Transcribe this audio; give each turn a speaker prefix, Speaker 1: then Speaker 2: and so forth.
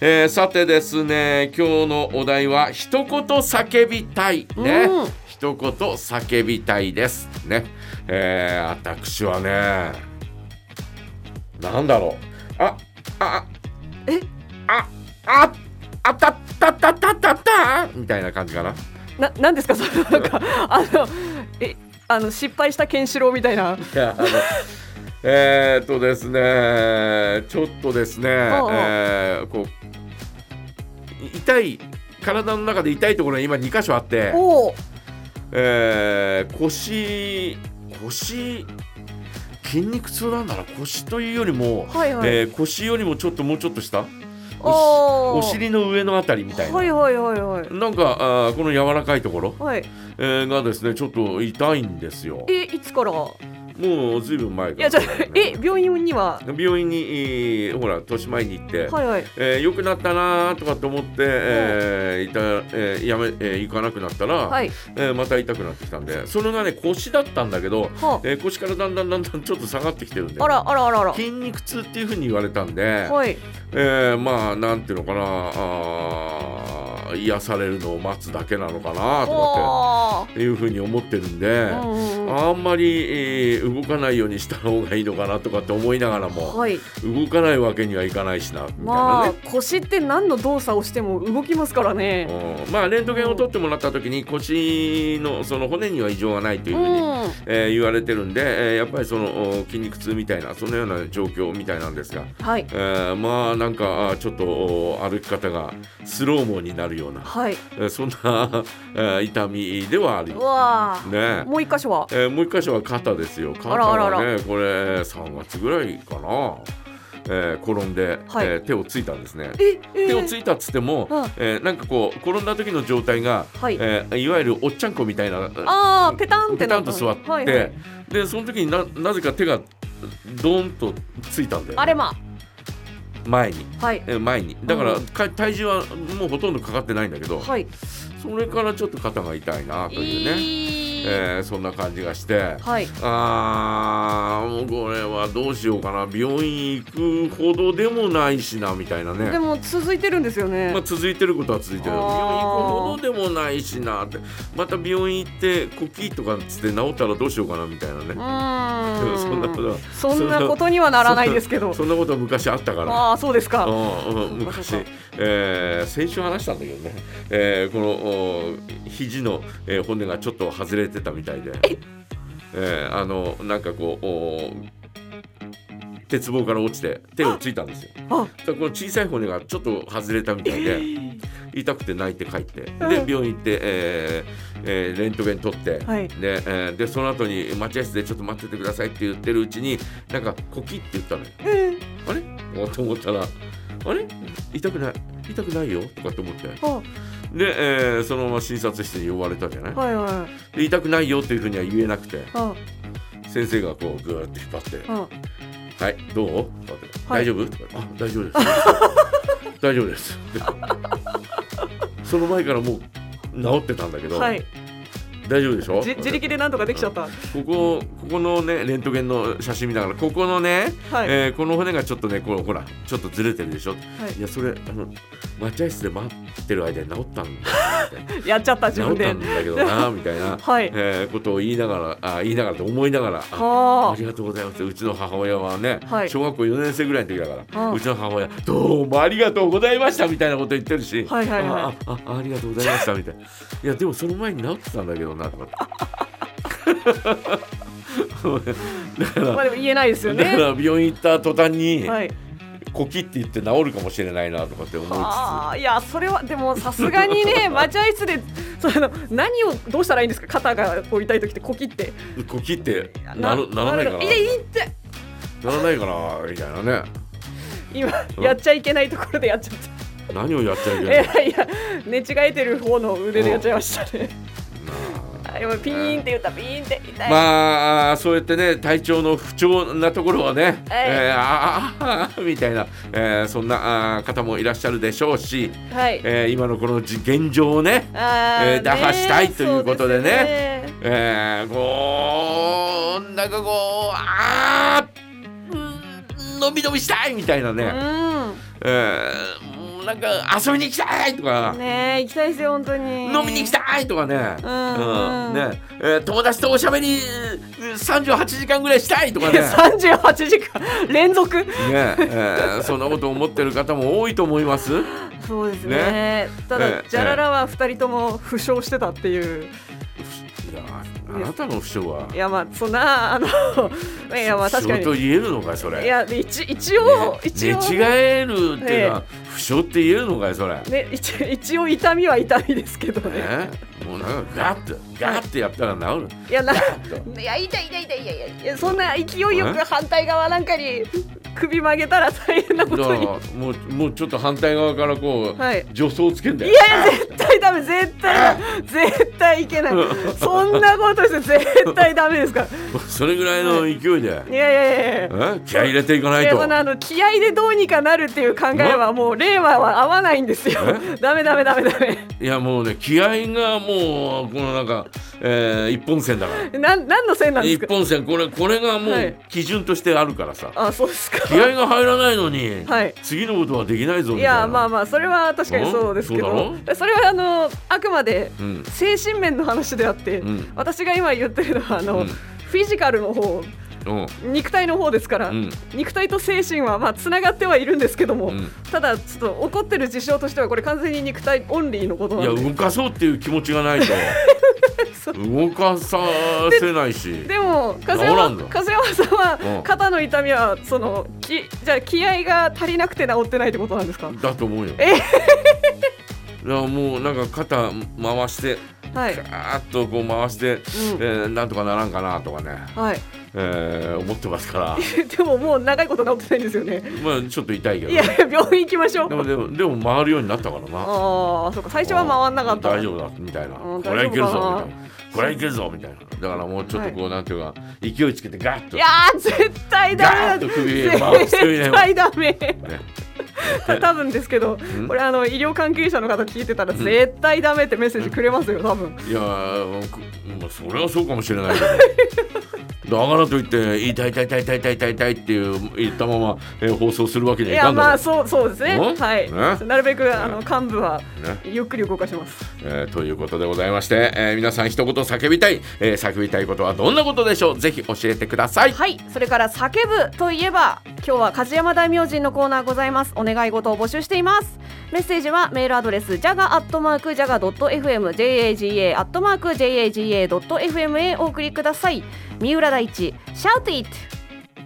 Speaker 1: えーさてですね今日のお題は一言叫びたいね、
Speaker 2: うん
Speaker 1: 一言叫びたいですね、えー私はねなんだろうああ
Speaker 2: え
Speaker 1: あああたたたたたたみたいな感じか な
Speaker 2: ななんですかそのなんかあのえあの失敗したケンシロウみたいな。
Speaker 1: いやあのえーっとですねちょっとですね
Speaker 2: おうおう
Speaker 1: えーこうい痛い体の中で痛いところが今2箇所あって、
Speaker 2: おお。
Speaker 1: えー腰腰筋肉痛なんだな腰というよりも、
Speaker 2: はいはい。
Speaker 1: えー腰よりもちょっともうちょっと下
Speaker 2: おー
Speaker 1: お尻の上のあたりみたいな、
Speaker 2: はいはいはいはい。
Speaker 1: なんかあーこの柔らかいところ、
Speaker 2: はい。
Speaker 1: えーがですねちょっと痛いんですよ
Speaker 2: えいつから？
Speaker 1: もうずいぶん前
Speaker 2: い
Speaker 1: から
Speaker 2: やじゃあ
Speaker 1: だよね
Speaker 2: え病院には。
Speaker 1: 病院に、えーほら豊島に行って、
Speaker 2: はいはい。
Speaker 1: えー良くなったなーとかと思って、えーいたえーやめ、えー行かなくなったら、
Speaker 2: はい。
Speaker 1: えーまた痛くなってきたんでそれがね腰だったんだけど、
Speaker 2: は
Speaker 1: えー腰からだんだんだんだんちょっと下がってきてるんで
Speaker 2: あ。あらあらあらあら。
Speaker 1: 筋肉痛っていうふうに言われたんで、
Speaker 2: はい。
Speaker 1: えーまあなんていうのかなあー癒されるのを待つだけなのかなとか
Speaker 2: お
Speaker 1: っていうふうに思ってるんで、
Speaker 2: ーうんうんうん
Speaker 1: あんまり、えー動かないようにした方がいいのかなとかって思いながらも。
Speaker 2: はい。
Speaker 1: 動かないわけにはいかないしなみたい
Speaker 2: ま
Speaker 1: な
Speaker 2: あ
Speaker 1: ね。
Speaker 2: 腰って何の動作をしても動きますからね。
Speaker 1: うんまあレントゲンを取ってもらった時に腰のその骨には異常がないといううふうに、
Speaker 2: ん。
Speaker 1: えー言われてるんで、えーやっぱりそのお筋肉痛みたいなそのような状況みたいなんですが、
Speaker 2: はい
Speaker 1: えーまあなんかあーちょっとお歩き方がスローモーになるような、
Speaker 2: はい。
Speaker 1: えーそんな、えー痛みではある
Speaker 2: うわあ。
Speaker 1: ね。
Speaker 2: もう一箇所は。
Speaker 1: えーもう一箇所は肩ですよ肩
Speaker 2: あらあらあら
Speaker 1: がねこれ3月ぐらいかな、えー転んで、
Speaker 2: はい
Speaker 1: えー手をついたんですね
Speaker 2: ええ
Speaker 1: 手をついたっつっても、
Speaker 2: うん
Speaker 1: えーなんかこう転んだ時の状態が、
Speaker 2: はい
Speaker 1: えーいわゆるおっちゃんこみたいな
Speaker 2: ああペタンって
Speaker 1: ペタ
Speaker 2: な
Speaker 1: ン
Speaker 2: っ
Speaker 1: と
Speaker 2: た
Speaker 1: 座って、
Speaker 2: はいはい
Speaker 1: でその時にななぜか手がドーンとついたんだよね、
Speaker 2: あれま
Speaker 1: 前に。
Speaker 2: はい
Speaker 1: えー前にだから、
Speaker 2: うん
Speaker 1: か体重はもうほとんどかかってないんだけど、
Speaker 2: はい
Speaker 1: それからちょっと肩が痛いなというね、
Speaker 2: いい
Speaker 1: えーそんな感じがして、
Speaker 2: はい
Speaker 1: あーもうこれはどうしようかな病院行くほどでもないしなみたいなね
Speaker 2: でも続いてるんですよね
Speaker 1: まあ、続いてることは続いてる
Speaker 2: あ
Speaker 1: 病
Speaker 2: ー
Speaker 1: 院行くほどでもないしなってまた病院行ってコキーとかっつって治ったらどうしようかなみたいなね、
Speaker 2: うーん
Speaker 1: そんなことは
Speaker 2: そんなことにはならないですけど
Speaker 1: そんなことは昔あったから。
Speaker 2: ああそうです
Speaker 1: う
Speaker 2: か
Speaker 1: んうん昔
Speaker 2: そうかそうか、
Speaker 1: えー先週話したんだけどね、えーこのお肘の、えー骨がちょっと外れてたみたいで、えーあのなんかこうお鉄棒から落ちて手をついたんですよ。
Speaker 2: あ
Speaker 1: そこの小さい骨がちょっと外れたみたいで痛くて泣いて帰ってで
Speaker 2: うん
Speaker 1: 病院行って、えーえーレントゲン取って、
Speaker 2: はい
Speaker 1: でえーでその後に待合室でちょっと待っててくださいって言ってるうちになんかコキって言ったのよ。
Speaker 2: え
Speaker 1: あれあと思ったらあれ痛くない痛くないよとかって思って
Speaker 2: ーあ
Speaker 1: で、えーそのまま診察室に呼ばれたじゃない、
Speaker 2: はいはい
Speaker 1: で痛くないよというふうには言えなくて
Speaker 2: あ
Speaker 1: 先生がこうグーッて引っ張って
Speaker 2: あ
Speaker 1: はい、どうとかって、
Speaker 2: はい
Speaker 1: 大丈夫とかあ、大丈夫です。 大丈夫です。その前からもう治ってたんだけど、
Speaker 2: はい
Speaker 1: 大丈夫でしょ
Speaker 2: じ自力でなんとかできちゃったは
Speaker 1: ここ、ここのね、レントゲンの写真見ながら、ここのね、
Speaker 2: いはい
Speaker 1: えーこの骨がちょっとね、こうほら、ちょっとずれてるでしょ。いや、それ、あの、待合室で待ってる間に治ったんだよみ
Speaker 2: やっちゃ った自
Speaker 1: たいな。治
Speaker 2: 分
Speaker 1: った
Speaker 2: で
Speaker 1: んだけど な、みたいな、
Speaker 2: はい
Speaker 1: えーことを言いながら、あ、言いながらと思いながら、ああ
Speaker 2: は
Speaker 1: りがとうございます。うちの母親はね、
Speaker 2: はい
Speaker 1: 小学校4年生ぐらいの時だから、
Speaker 2: う
Speaker 1: うんちの母親、どうもありがとうございましたみたいなこと言ってるし、
Speaker 2: はいはいはい
Speaker 1: あああありがとうございましたみたいな。いや、でもその前に治ってたんだけどな、とか。だか
Speaker 2: あ
Speaker 1: ら、
Speaker 2: まあでも言え ないですよ
Speaker 1: だか
Speaker 2: ね
Speaker 1: ら病院行った途端に、
Speaker 2: はい
Speaker 1: コキって言って治るかもしれないな、とかって思いつつ。
Speaker 2: あーいやそれはでもさすが にね待合室でその何をどうしたらいいんですか肩がこう痛い時ってこきって
Speaker 1: コキってなるならないかな。
Speaker 2: いやいいって
Speaker 1: ならないかな、みたいなね。
Speaker 2: 今
Speaker 1: うん
Speaker 2: やっちゃいけないところでやっちゃっ
Speaker 1: 何をやっちゃいけ
Speaker 2: た、
Speaker 1: ない
Speaker 2: い。やいや寝違えてる方の腕でやっちゃいましたね、あ今ピーンって言ったピーンって痛 い、
Speaker 1: まあそうやってね体調の不調なところはね、
Speaker 2: はい
Speaker 1: えーあーあーあーみたいな、えーそんなあー方もいらっしゃるでしょうし、
Speaker 2: はい、
Speaker 1: えー今のこのじ現状をね、
Speaker 2: あ
Speaker 1: えー打破したいということでね
Speaker 2: ね
Speaker 1: えーこうなんかこうあーうんのびのびしたいみたいな
Speaker 2: そうです
Speaker 1: ね、
Speaker 2: ね
Speaker 1: えーなんか遊びに行きたいとか、
Speaker 2: ねえ行きたいですよ本当に
Speaker 1: 飲みに行 きたいとかね,、
Speaker 2: うんうん
Speaker 1: ねえー友達とおしゃべりうん38時間ぐらいしたいとかね
Speaker 2: 三十八時間連続
Speaker 1: ねえーそんなこと思ってる方も多いと思います。
Speaker 2: そうですね
Speaker 1: ね
Speaker 2: た
Speaker 1: え
Speaker 2: だ、
Speaker 1: え
Speaker 2: ジャララは二人とも負傷してたっていう
Speaker 1: いやあなたの不調はい
Speaker 2: やまあそんなあのいやまあ確か
Speaker 1: 仕事
Speaker 2: に
Speaker 1: 言えるのかいそれ
Speaker 2: いや一一応、
Speaker 1: ね
Speaker 2: 一応
Speaker 1: 寝違えるっていうのは不調って言えるのかいそれ、
Speaker 2: ね一一応痛みは痛みですけどね
Speaker 1: ね、もうなんかガッてガッてやったら治る
Speaker 2: いやな
Speaker 1: ガッと
Speaker 2: いや痛い痛い痛いいやいやいやそんな勢いよく反対側なんかに首曲げたら大変なこ
Speaker 1: だか
Speaker 2: と
Speaker 1: ら
Speaker 2: にい
Speaker 1: もうもうちょっと反対側からこう、
Speaker 2: はい
Speaker 1: 助走をつけんだよ
Speaker 2: やいや絶対ダメ絶対ダメ絶対いけないそんなことして絶対ダメですから
Speaker 1: それぐらいの勢いで、
Speaker 2: いやいやいやいや
Speaker 1: え気合い入れていかない
Speaker 2: で
Speaker 1: と
Speaker 2: もねあの気合でどうにかなるっていう考えはもう令和は合わないんですよダメダメダメダメ
Speaker 1: いやもうね気合いがもうこのなんか、えー一本線だから
Speaker 2: なん何の線なんです
Speaker 1: 一
Speaker 2: か
Speaker 1: 本線これこれがも
Speaker 2: は
Speaker 1: う
Speaker 2: い
Speaker 1: 基準としてあるからさ、
Speaker 2: あそうですか
Speaker 1: 気合が入らないのに、
Speaker 2: はい
Speaker 1: 次のことはできないぞみ
Speaker 2: い
Speaker 1: たいな。
Speaker 2: やまあまあそれは確かにそうですけど
Speaker 1: うんそう
Speaker 2: それはあのあくまで
Speaker 1: うん
Speaker 2: 精神面の話であって、
Speaker 1: うん
Speaker 2: 私が今言ってるのはあの、
Speaker 1: うん
Speaker 2: フィジカルの方
Speaker 1: うん
Speaker 2: 肉体の方ですから、
Speaker 1: うん
Speaker 2: 肉体と精神はまあつながってはいるんですけども、
Speaker 1: うん
Speaker 2: ただちょっと起こってる事象としてはこれ完全に肉体オンリーのこと
Speaker 1: い
Speaker 2: な
Speaker 1: や
Speaker 2: んで
Speaker 1: 動かそうっていう気持ちがないと
Speaker 2: そう
Speaker 1: 動かさせないし
Speaker 2: でも風
Speaker 1: 治らん
Speaker 2: 山
Speaker 1: ぞ
Speaker 2: 風山さん
Speaker 1: う
Speaker 2: は
Speaker 1: ん
Speaker 2: 肩の痛みはそのきじゃあ気合が足りなくて治ってないってことなんですか
Speaker 1: だと思うよ。
Speaker 2: え
Speaker 1: いやもうなんか肩回して
Speaker 2: はい、
Speaker 1: ガーッとこう回して、えーなんとかならんかなとかね、
Speaker 2: はい、
Speaker 1: えー思ってますから
Speaker 2: でももう長いこと治ってないんですよね
Speaker 1: まあちょっと痛いけど
Speaker 2: いやいや病院行きましょ
Speaker 1: でも
Speaker 2: う
Speaker 1: でもでも回るようになったからな。
Speaker 2: ああそうか最初は回んなかった
Speaker 1: 大丈夫だみたいな、
Speaker 2: うん
Speaker 1: これはいける
Speaker 2: 大丈夫
Speaker 1: ぞ
Speaker 2: かな
Speaker 1: みたいなこれはいけるぞみたいなだからもうちょっとこう、なんていうか勢いつけてガッと
Speaker 2: いやー絶対ダ
Speaker 1: ガー
Speaker 2: メ
Speaker 1: ッ
Speaker 2: だ
Speaker 1: と首回してみな
Speaker 2: 絶
Speaker 1: よ、
Speaker 2: 対ダメ
Speaker 1: ね、
Speaker 2: 多分ですけど
Speaker 1: ん
Speaker 2: これあの医療関係者の方聞いてたら絶対ダメってメッセージくれますよ多分
Speaker 1: いやーくまあそれはそうかもしれないけどだからといって痛い痛い痛い痛い痛い痛い痛いっていう言ったまま、えー放送するわけ
Speaker 2: い
Speaker 1: にはいか
Speaker 2: や
Speaker 1: んだろ
Speaker 2: まあそうそうですね
Speaker 1: うん
Speaker 2: はい
Speaker 1: ね
Speaker 2: なるべくあの幹部は
Speaker 1: ね
Speaker 2: ゆっくり動かします
Speaker 1: えーということでございまして、えー皆さん一言叫びたい、えー叫びたいことはどんなことでしょうぜひ教えてください
Speaker 2: はいそれから叫ぶといえば今日は梶山大明神のコーナーございますお願い事を募集していますメッセージはメールアドレス jaga.jaga.fm jaga.jaga.fm へお送りください三浦大地 Shout it